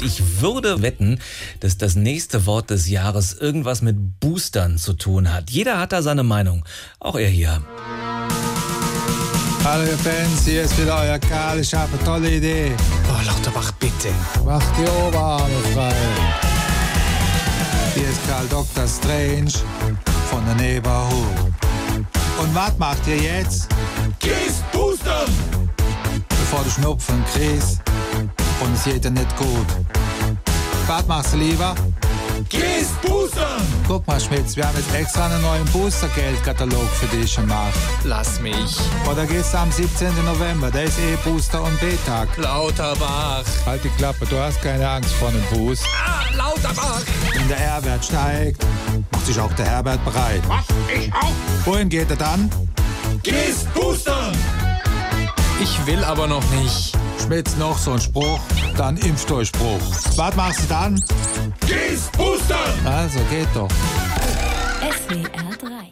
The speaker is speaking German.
Und ich würde wetten, dass das nächste Wort des Jahres irgendwas mit Boostern zu tun hat. Jeder hat da seine Meinung. Auch er hier. Hallo ihr Fans, hier ist wieder euer Karl. Ich habe eine tolle Idee. Oh, Lauterbach, bitte. Macht die Oberarme frei. Hier ist Karl Dr. Strange von der Neighborhood. Und was macht ihr jetzt? Kies Booster! Bevor du Schnupfen kriegst und es geht dir nicht gut. Was machst du lieber? Kies Booster! Guck mal, Schmitz, wir haben jetzt extra einen neuen Booster-Geldkatalog für dich gemacht. Lass mich. Oder gehst du am 17. November? Da ist eh Booster und B-Tag. Lauterbach. Halt die Klappe, du hast keine Angst vor einem Boost. Ah, Lauterbach. Wenn der Herbert steigt, macht sich auch der Herbert bereit. Was? Ich auch? Wohin geht er dann? Kies Booster! Ich will aber noch nicht. Schmitz noch so ein Spruch, dann Impfdurchbruch. Was machst du dann? Kies Booster! Also geht doch. SWR 3